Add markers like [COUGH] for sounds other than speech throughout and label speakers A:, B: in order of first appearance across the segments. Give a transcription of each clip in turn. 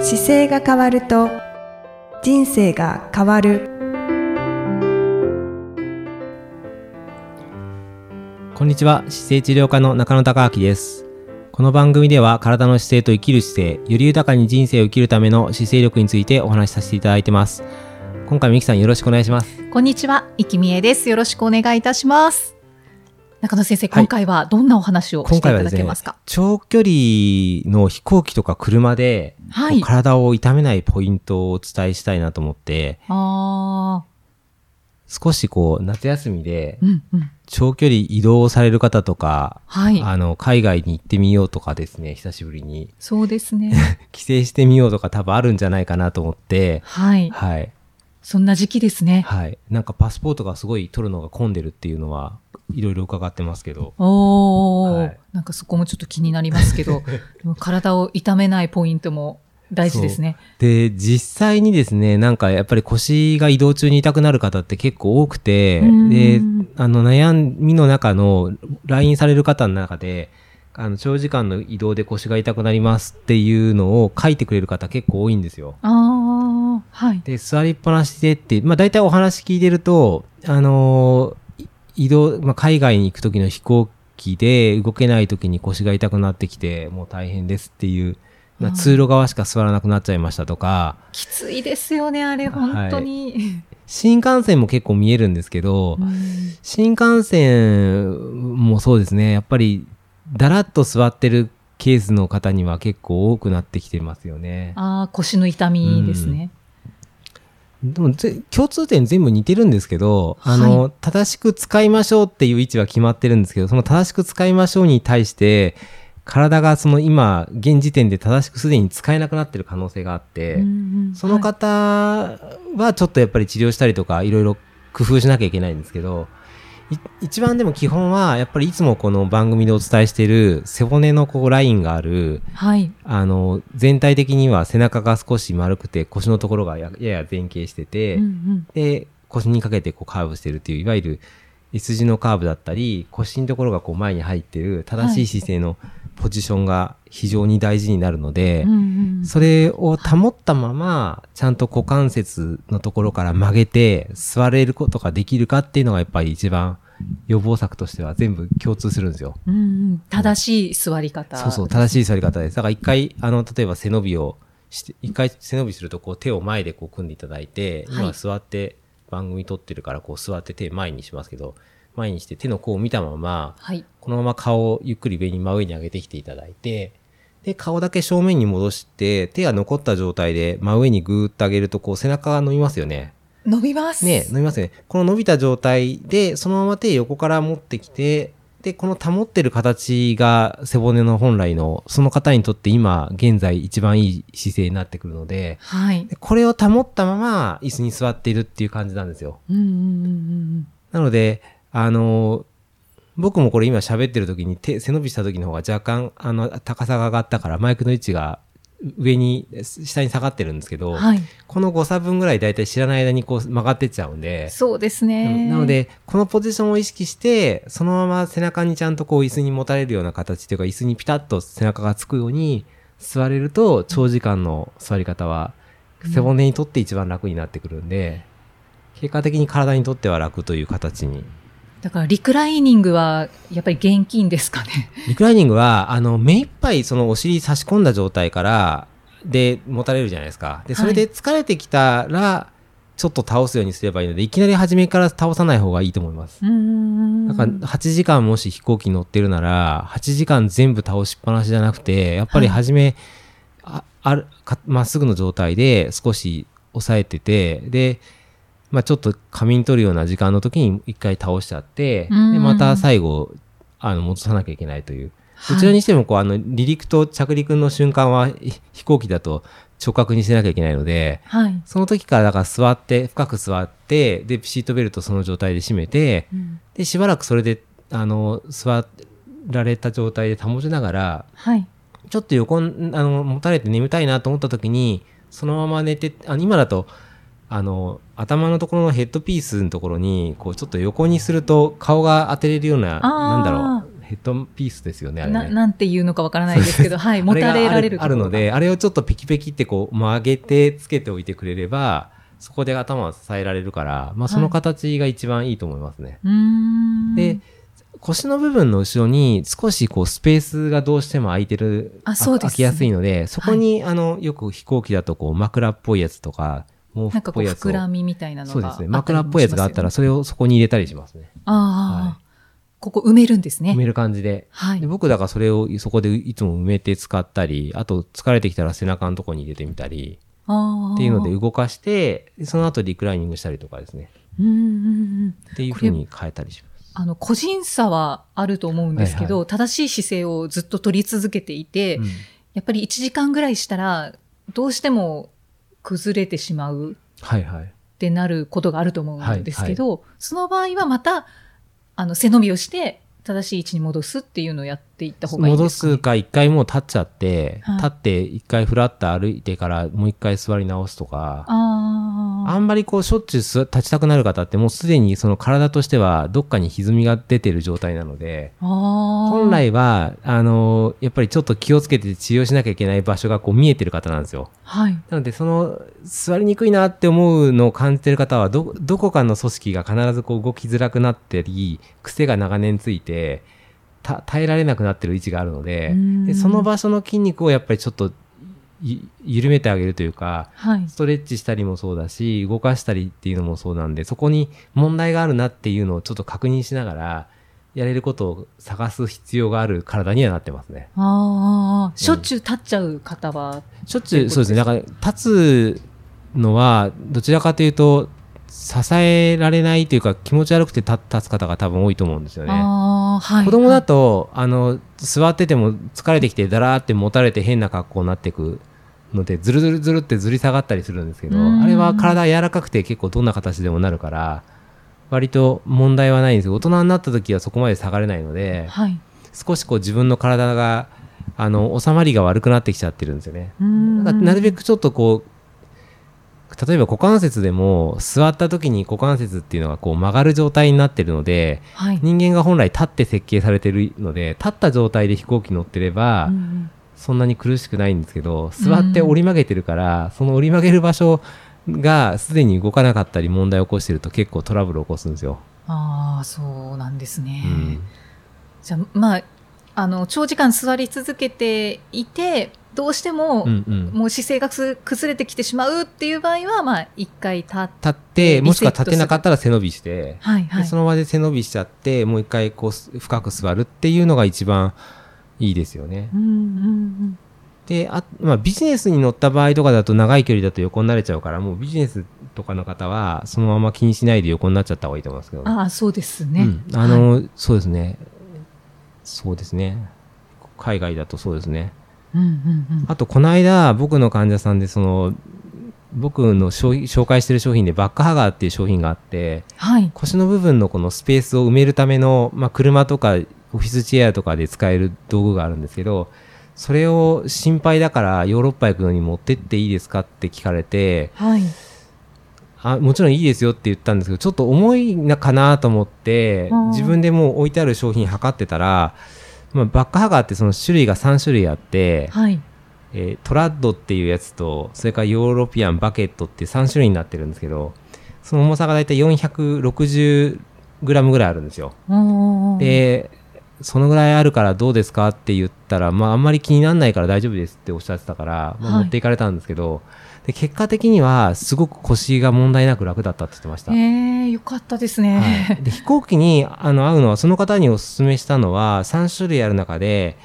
A: 姿勢が変わると人生が変わる
B: こんにちは姿勢治療科の中野孝明ですこの番組では体の姿勢と生きる姿勢より豊かに人生を生きるための姿勢力についてお話しさせていただいてます今回もゆきさんよろしくお願いします
C: こんにちは、生きみえです。よろしくお願いいたします。中野先生、
B: はい
C: 今回はどんなお話をして
B: 今
C: いた
B: 回は
C: だ
B: です
C: け
B: ね
C: ますか。
B: 長距離の飛行機とか車で、
C: はい。
B: 体を痛めないポイントをお伝えしたいなと思って
C: ああ、
B: 少しこう夏休みで
C: うんうん。
B: 長距離移動される方とか、
C: はい。
B: あの海外に行ってみようとかですね久しぶりに
C: そうで
B: [LAUGHS]
C: すね。
B: 帰省してみようとか多分あるんじゃないかなと思って、
C: はい。
B: はい。
C: そんな時期ですね。
B: はい。なんかパスポートがすごい取るのが混んでるっていうのは、いろいろ伺ってますけど。
C: おお、
B: はい
C: なんかそこもちょっと気になりますけど、
B: [LAUGHS]
C: でも体を痛めないポイントも大事ですね。
B: で、実際にですね、なんかやっぱり腰が移動中に痛くなる方って結構多くて、
C: うん
B: で、あの悩みの中の、来院される方の中で、あの長時間の移動で腰が痛くなりますっていうのを書いてくれる方結構多いんですよ。
C: ああ、はい。
B: で、座りっぱなしでって、まあ大体お話聞いてると、あのーい移動、まあ海外に行く時の飛行機で動けない時に腰が痛くなってきて、もう大変ですっていう、まあ
C: うん
B: 通路側しか座らなくなっちゃいましたとか、
C: きついですよね、あれ、本
B: [LAUGHS]
C: 当に。
B: 新幹線も結構見えるんですけど、
C: うん
B: 新幹線もそうですね、やっぱりだらっと座ってるケースの方には結構多くなってきてますよね。
C: ああ、腰の痛みですね。
B: でもぜ共通点全部似てるんですけど、あの、正しく使いましょうっていう位置は決まってるんですけど、その正しく使いましょうに対して、体がその今、現時点で正しくすでに使えなくなってる可能性があって、
C: うんうん
B: その
C: はい
B: 方はちょっとやっぱり治療したりとか、いろいろ工夫しなきゃいけないんですけど、い一番でも基本は、やっぱりいつもこの番組でお伝えしている背骨のこうラインがある、
C: はい。
B: あの、全体的には背中が少し丸くて腰のところがややや前傾してて、
C: うんうん
B: で、腰にかけてこうカーブしてるっていう、いわゆる S 字のカーブだったり、腰のところがこう前に入ってる正しい姿勢のポジションが非常に大事になるので、
C: うんうん
B: それを保ったまま、ちゃんと股関節のところから曲げて、座れることができるかっていうのがやっぱり一番予防策としては全部共通するんですよ。
C: うんうん、正しい座り方、
B: そうそう、正しい座り方です。だから一回、あの、例えば背伸びをして、一回背伸びすると、こう手を前でこう組んでいただいて、
C: はい
B: 今座って番組撮ってるから、こう座って手前にしますけど、前にして手の甲を見たまま、
C: はい。
B: このまま顔をゆっくり上に真上に上げてきていただいて、で、顔だけ正面に戻して、手が残った状態で真上にぐーっと上げると、こう背中が伸びますよね。
C: 伸びます。
B: ね、伸びますよね。この伸びた状態で、そのまま手横から持ってきて、で、この保ってる形が背骨の本来の、その方にとって今、現在一番いい姿勢になってくるので、
C: はい。
B: でこれを保ったまま椅子に座っているっていう感じなんですよ。
C: うんうんうん
B: なので、あの、僕もこれ今喋ってる時に手、背伸びした時の方が若干、あの、高さが上がったから、マイクの位置が上に、下に下がってるんですけど、
C: うん。はい。
B: この誤差分ぐらいだいたい知らない間にこう曲がってっちゃうんで、
C: そうですね。
B: なの、で、このポジションを意識して、そのまま背中にちゃんとこう椅子に持たれるような形というか、椅子にピタッと背中がつくように座れると、長時間の座り方は背骨にとって一番楽になってくるんで、結果的に体にとっては楽という形に。
C: だからリクライニングはやっぱり現金ですかね。
B: リクライニングは、あの、目いっぱいそのお尻差し込んだ状態から、で、持たれるじゃないですか。で、それで疲れてきたら、ちょっと倒すようにすればいいので、いきなり初めから倒さない方がいいと思います。
C: うん
B: なんか8時間もし飛行機に乗ってるなら8時間全部倒しっぱなしじゃなくてやっぱり初め、ああるかまっすぐの状態で少し抑えててで、まあ、ちょっと仮眠取るような時間の時に一回倒しちゃって
C: うんうんう
B: で
C: ん
B: また最後あの戻さなきゃいけないという
C: はい
B: どちらにしてもこうあの離陸と着陸の瞬間はひ飛行機だと直角にしてなきゃいけないので。
C: はい。
B: その時からだから座って深く座ってでシートベルトその状態で締めて
C: うん
B: で、しばらくそれで、あの、座られた状態で保ちながら、
C: はい。
B: ちょっと横に、あの、持たれて眠たいなと思った時に、そのまま寝て、あの今だと、あの、頭のところのヘッドピースのところに、こう、ちょっと横にすると、顔が当てれるような、
C: あ
B: なん
C: ー
B: だろう、ヘッドピースですよね、あれ
C: な
B: ね。
C: なんていうのかわからないです
B: [LAUGHS]
C: けど、はい、もたれら
B: あれがあ
C: れる
B: るあるの
C: ところ
B: で、あれをちょっとペキペキってこう曲げてつけておいてくれれば、そこで頭を支えられるから、まあその形が一番いいと思いますね。
C: が。うーん。
B: で、腰の部分の後ろに少しこうスペースがどうしても空いてる、
C: あそうですね
B: 空きやすいので、そこに、あの、よく飛行機だとこう枕っぽいやつとか、毛
C: なん
B: 布
C: か
B: っ
C: こ
B: ぽ
C: う、
B: いやつ
C: 膨
B: を。
C: らみみたいなの
B: そう
C: が
B: ですね。枕っぽいやつがあったら、
C: あ
B: それをそこに入れたりしますね。
C: あー、ここ埋めるんです
B: 埋
C: ね。
B: める感じで。
C: はい
B: で。僕だからそれをそこでいつも埋めて使ったり、あと疲れてきたら背中のとこに入れてみたり、
C: っ
B: っていうので動かして、その後リクライニングしたりとかですね。
C: うんうんうん。
B: っていうふうに変えたりします。
C: あの、個人差はあると思うんですけど、
B: は
C: 正しい姿勢をずっと取り続けていて、
B: うん
C: やっぱり1時間ぐらいしたら、どうしても崩れてしまう
B: はいはい。
C: ってなることがあると思うんですけど、その場合はまた、あの、背伸びをして、正しい位置に戻すっていうのをやっていった方がいいで
B: 戻
C: すかね、
B: すか一回もう立っちゃって、
C: はい
B: 立って一回フラッと歩いてからもう一回座り直すとか、
C: あ
B: あんまりこうしょっちゅうす立ちたくなる方ってもうすでにその体としてはどっかに歪みが出てる状態なので、
C: あ。本
B: 本、来は、あの、やっぱりちょっと気をつけて治療しなきゃいけない場所がこう見えてる方なんですよ。
C: はい。
B: なので、その、座りにくいなって思うのを感じてる方は、ど、どこかの組織が必ずこう動きづらくなってり、癖が長年ついて、た耐えられなくなってる位置があるので
C: うーん
B: で、その場所の筋肉をやっぱりちょっとゆ、緩めてあげるというか、
C: はい。
B: ストレッチしたりもそうだし、動かしたりっていうのもそうなんで、そこに問題があるなっていうのをちょっと確認しながら、やれることを探す必要がある体にはなってますね。
C: ああ、しょっちゅう立っちゃう方は、
B: しょっちゅう、そうですね。だから、立つのは、どちらかというと、支えられないというか、気持ち悪くて立立つ方が多分多いと思うんですよね。
C: ああ、はい。
B: 子供だと、あの、座ってても疲れてきて、だらーって持たれて変な格好になってくので、ずるずるずるってずり下がったりするんですけど、
C: うん
B: あれは体柔らかくて結構どんな形でもなるから、割と問題はないんですけど、大人になった時はそこまで下がれないので、
C: はい。
B: 少しこう自分の体が、あの、収まりが悪くなってきちゃってるんですよね。
C: うーん
B: ななるべくちょっとこう例えば股関節でも座った時に股関節っていうのがこう曲がる状態になってるので
C: はい。
B: 人間が本来立って設計されてるので立った状態で飛行機乗ってれば
C: うんうん
B: そんなに苦しくないんですけど座って折り曲げてるからその折り曲げる場所がすでに動かなかったり問題を起こしてると結構トラブルを起こすんですよ。
C: ああ、そうなんですね。
B: うん
C: じゃあ、まあ、あの、長時間座り続けていて、どうしても、
B: うんうん
C: もう姿勢がくす崩れてきてしまうっていう場合は、まあ、一回立っ
B: 立ってもしくは立てなかったら背伸びして
C: はいは
B: で
C: い。
B: その場で背伸びしちゃってもう一回こうす深く座るっていうのが一番いいですよね。
C: うんうんうん。
B: であ、まあ、ビジネスに乗った場合とかだと長い距離だと横になれちゃうからもうビジネスとかの方はそのまま気にしないで横になっちゃった方がいいと思いますけど、
C: ああ、そうですね。
B: うんあの、そうですねそうですね海外だとそうですね
C: うんうんうん。
B: あとこの間僕の患者さんでその僕の商品紹介してる商品でバックハガーっていう商品があって
C: はい。
B: 腰の部分のこのスペースを埋めるための、まあ、車とかオフィスチェアとかで使える道具があるんですけどそれを心配だからヨーロッパ行くのに持ってっていいですかって聞かれて
C: はい。
B: あもちろんいいですよって言ったんですけどちょっと重いなかなと思って
C: うん
B: 自分でもう置いてある商品測ってたら、まあ、バックハガーってその種類が3種類あって、
C: はい。
B: えートラッドっていうやつとそれからヨーロピアンバケットって3種類になってるんですけどその重さがだいたい 460g ぐらいあるんですよ。
C: おーおーおー、
B: でそのぐらいあるからどうですかって言ったら、まあ、あんまり気にならないから大丈夫ですっておっしゃってたから、まあ
C: はい
B: 持っていかれたんですけど、で結果的にはすごく腰が問題なく楽だったって言ってました。
C: ええよかったですね。
B: はい、で飛行機にあの会うのはその方におすすめしたのは3種類ある中で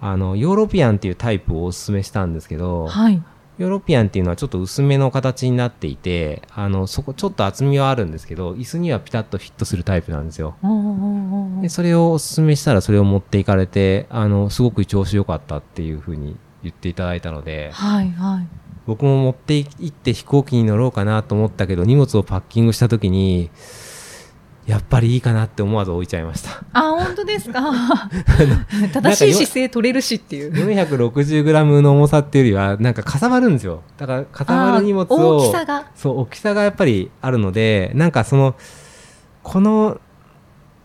B: あのヨーロピアンっていうタイプをおすすめしたんですけど、
C: はい。
B: ヨーロピアンっていうのはちょっと薄めの形になっていてあのそこちょっと厚みはあるんですけど椅子にはピタッとフィットするタイプなんですよ。
C: おーおーおーお
B: で
C: ー
B: それをおすすめしたらそれを持っていかれてあのすごく調子良かったっていうふうに言っていただいたので
C: はいはい。
B: 僕も持って行って飛行機に乗ろうかなと思ったけど荷物をパッキングした時にやっぱりいいかなって思わず置いちゃいました。
C: [LAUGHS] あ、本当
B: [LAUGHS]
C: ですか。正しい姿勢取れるしっていう。
B: 460g の重さっていうよりはなんかかさばるんですよだからかさばる荷物を
C: あー大きさが
B: そう大きさがやっぱりあるのでなんかそのこの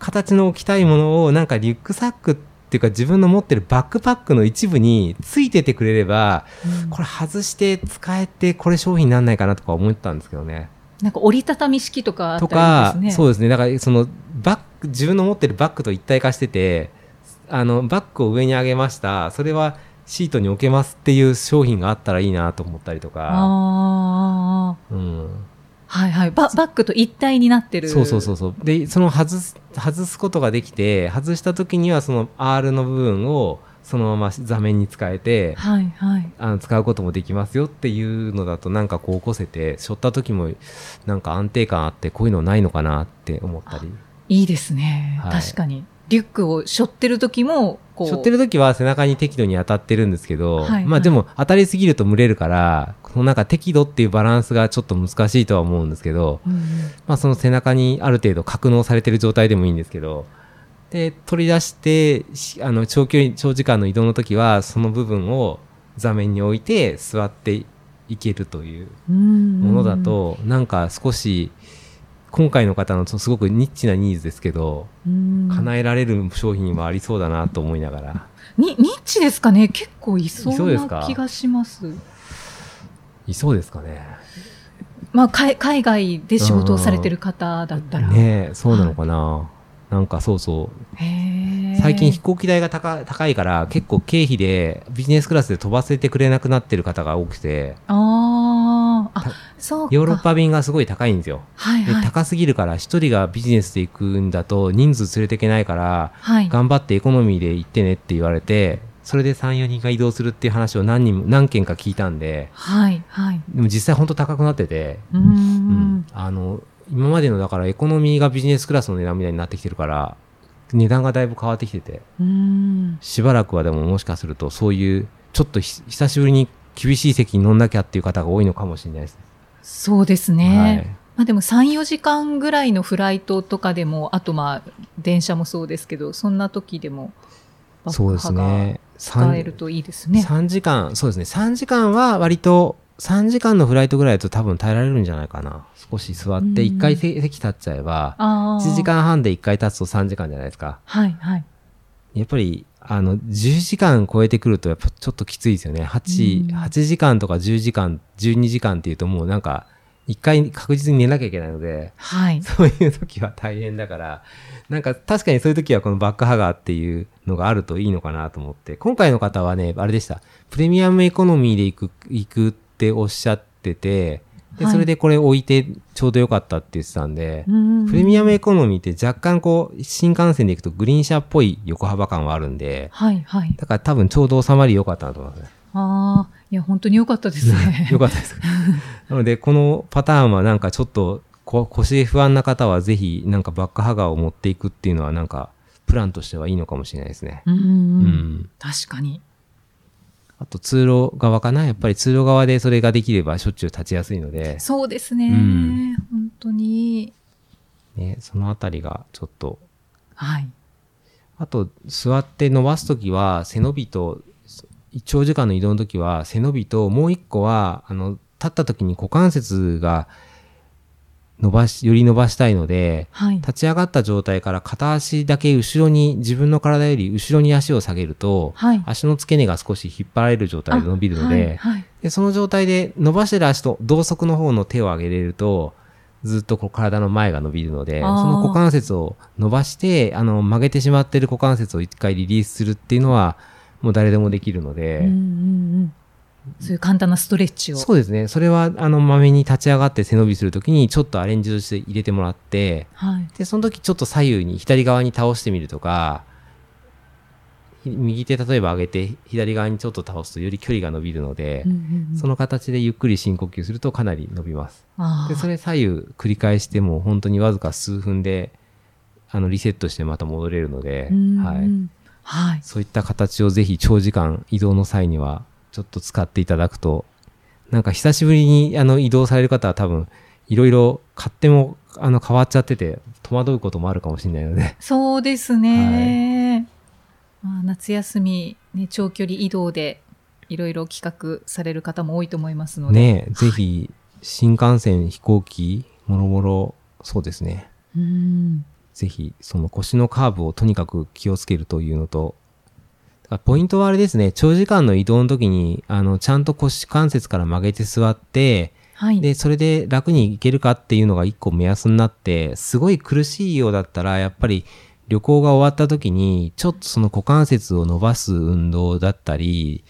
B: 形の置きたいものをなんかリュックサックっていうか自分の持ってるバックパックの一部についててくれれば、これ外して使えてこれ商品になんないかなとか思ったんですけどね。
C: なんか折りたたみ式とかあっ
B: と
C: た
B: か
C: りですね。
B: そうですねだからそのバッグ自分の持ってるバッグと一体化しててあのバッグを上に上げましたそれはシートに置けますっていう商品があったらいいなと思ったりとか、
C: あ
B: う
C: あ。
B: ん、
C: はいはい。ババッグと一体になってる。
B: そうそうそうそうでその外す外すことができて外した時にはその R の部分をそのまま座面に使えて
C: はいはい。
B: あの使うこともできますよっていうのだとなんかこう起こせてしょった時もなんか安定感あってこういうのないのかなって思ったり。
C: いいですね。
B: はい
C: 確かに。リュックを背負ってる時も、こう。
B: 背負ってる時は背中に適度に当たってるんですけど、
C: はい
B: まあでも当たりすぎると蒸れるから、このなんか適度っていうバランスがちょっと難しいとは思うんですけど、
C: うんうん。
B: まあその背中にある程度格納されてる状態でもいいんですけど、で、取り出して、しあの、長距離、長時間の移動の時は、その部分を座面に置いて座っていけるという
C: うん
B: ものだ、と、なんか少し、今回の方のすごくニッチなニーズですけど、
C: うん
B: 叶えられる商品はありそうだなと思いながら。
C: にニッチですかね結構いそ
B: いそう
C: う
B: です
C: な
B: か
C: 気がします。
B: いそうですかね。
C: まあ、海海外で仕事をされてる方だったら。
B: ねえ、そうなのかな。なんかそうそう。
C: へー
B: 最近飛行機代が高高いから、結構経費でビジネスクラスで飛ばせてくれなくなってる方が多くて、
C: あーあ、そうか。
B: ヨーロッパ便がすごい高いんですよ。
C: はい
B: で
C: はい。
B: 高すぎるから、一人がビジネスで行くんだと人数連れていけないから、
C: はい。
B: 頑張ってエコノミーで行ってねって言われて、それで3、4人が移動するっていう話を何人も、何件か聞いたんで、
C: はいはい。
B: でも実際ほんと高くなってて、
C: うーん。
B: あの今までのだからエコノミーがビジネスクラスの値段みたいになってきてるから値段がだいぶ変わってきてて
C: うーん。
B: しばらくはでももしかするとそういうちょっとひ久しぶりに厳しい席に乗んなきゃっていう方が多いのかもしれないです
C: そうです
B: ね。
C: ね。
B: はい
C: まあでも3、4時間ぐらいのフライトとかでも、あとまあ、電車もそうですけど、そんな時でも、バ
B: そう
C: ッ
B: で
C: クハ
B: す
C: が
B: ね。
C: 使えるといいですね。
B: 3時間、そうですね。3時間は割と、3時間のフライトぐらいだと多分耐えられるんじゃないかな。少し座って
C: うん
B: 1回せ席立っちゃえば、
C: ああ。
B: 1時。間半で1回立つと3時間じゃないですか。
C: はいはい。
B: やっぱり、あの、10時間超えてくると、やっぱちょっときついですよね。
C: うん
B: 8、8時間とか10時間、12時間っていうと、もうなんか、一回確実に寝なきゃいけないので、
C: はい。
B: そういう時は大変だから、なんか確かにそういう時はこのバックハガーっていうのがあるといいのかなと思って、今回の方はね、あれでした。プレミアムエコノミーで行く、行くっておっしゃってて、で、
C: はい
B: それでこれ置いてちょうどよかったって言ってたんで、プ
C: プ
B: レミアムエコノミーって若干こう、新幹線で行くとグリーン車っぽい横幅感はあるんで、
C: はいはい。
B: だから多分ちょうど収まり良かったなと思いますね。
C: ああ、いや、本当に良かったです [LAUGHS] ね。
B: 良かったです。なので、このパターンはなんかちょっとこ腰不安な方はぜひなんかバックハガーを持っていくっていうのはなんかプランとしてはいいのかもしれないですね。
C: うんうん
B: う
C: うん。
B: ん。
C: 確かに。
B: あと通路側かなやっぱり通路側でそれができればしょっちゅう立ちやすいので、
C: そうですね。
B: うん
C: 本当に。
B: ね、そのあたりがちょっと
C: はい。
B: あと、座って伸ばすときは、背伸びと、長時間の移動のときは、背伸びと、もう一個は、あの、立ったときに股関節が伸ばし、より伸ばしたいので、
C: はい。
B: 立ち上がった状態から片足だけ後ろに、自分の体より後ろに足を下げると、
C: はい。
B: 足の付け根が少し引っ張られる状態で伸びるので、
C: あはいはい
B: で、その状態で伸ばしてる足と同側の方の手を上げれると、ずっとこう体の前が伸びるので、
C: あ
B: そ
C: ー
B: の股関節を伸ばして、あの、曲げてしまってる股関節を一回リリースするっていうのは、もう誰でもできるの
C: うんう
B: で、
C: んうん。そういう簡単なストレッチを。
B: そうですね。それは、あの、まめに立ち上がって背伸びするときに、ちょっとアレンジとして入れてもらって、
C: はい。
B: で、その時ちょっと左右に、左側に倒してみるとか、ひ右手例えば上げて、左側にちょっと倒すとより距離が伸びるので
C: うん、うんうん
B: その形でゆっくり深呼吸するとかなり伸びます。
C: あ
B: で
C: ー
B: それ左右繰り返しても本当にわずか数分であのリセットしてまた戻れるので、
C: うんうん
B: はい、
C: はい。
B: そういった形をぜひ長時間移動の際にはちょっと使っていただくとなんか久しぶりにあの移動される方は多分いろいろ買ってもあの変わっちゃってて戸惑うこともあるかもしれないので
C: そうですね。まあ、夏休み、ね、長距離移動でいろいろ企画される方も多いと思いますので。
B: ねぜひ新幹線飛行機もろもろそうですね
C: うん
B: ぜひその腰のカーブをとにかく気をつけるというのとあポイントはあれですね、長時間の移動の時に、あの、ちゃんと腰関節から曲げて座って、
C: はい。
B: で、それで楽に行けるかっていうのが一個目安になって、すごい苦しいようだったら、やっぱり旅行が終わった時に、ちょっとその股関節を伸ばす運動だったり、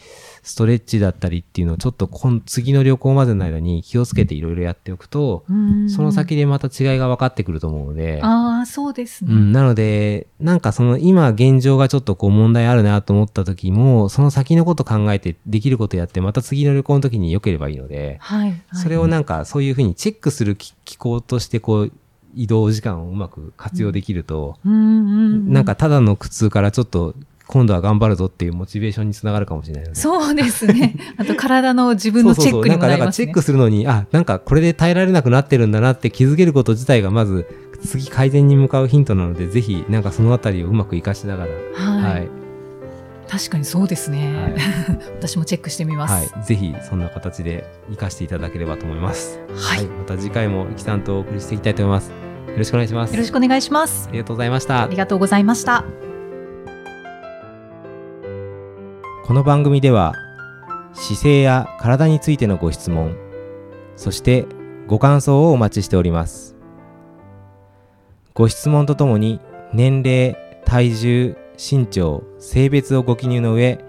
B: ストレッチだったりっていうのをちょっと今次の旅行までの間に気をつけていろいろやっておくと、
C: うん
B: その先でまた違いが分かってくると思うので、
C: ああ、そうです
B: う
C: ね。
B: ん、なので、なんかその今現状がちょっとこう問題あるなと思った時も、その先のこと考えてできることやって、また次の旅行の時に良ければいいので、
C: はい。はい
B: それをなんかそういうふうにチェックするき機構としてこう移動時間をうまく活用できると、
C: うんうんうん
B: なんかただの苦痛からちょっと今度は頑張るぞっていうモチベーションにつながるかもしれないので。
C: そうです
B: [LAUGHS]
C: ね。あと体の自分のチェックに
B: なん
C: も
B: か、
C: な
B: なん
C: り
B: か
C: ま
B: チ
C: す
B: ェッ
C: ね
B: ク。するのに、あ、なんかこれで耐えられなくなってるんだなって気づけること自体がまず次改善に向かうヒントなので、ぜひなんかそのあたりをうまく活かしながら、
C: は
B: はいい。。
C: 確かにそうですね。
B: はい。
C: [LAUGHS] 私もチェックしてみます。
B: はいぜひそんな形で活かしていただければと思います。
C: はい
B: また次回もゆきさんとお送りしていきたいと思います。よろしくお願いします。
C: よろしくお願いします
B: あ。りがとうございました
C: あり。がとうございました。
B: この番組では姿勢や体についてのご質問そしてご感想をお待ちしておりますご質問とともに年齢体重身長性別をご記入の上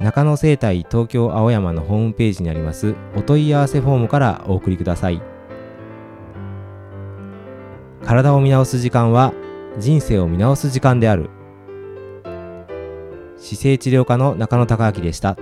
B: 中野生態東京青山のホームページにありますお問い合わせフォームからお送りください体を見直す時間は人生を見直す時間である姿勢治療科の中野孝明でした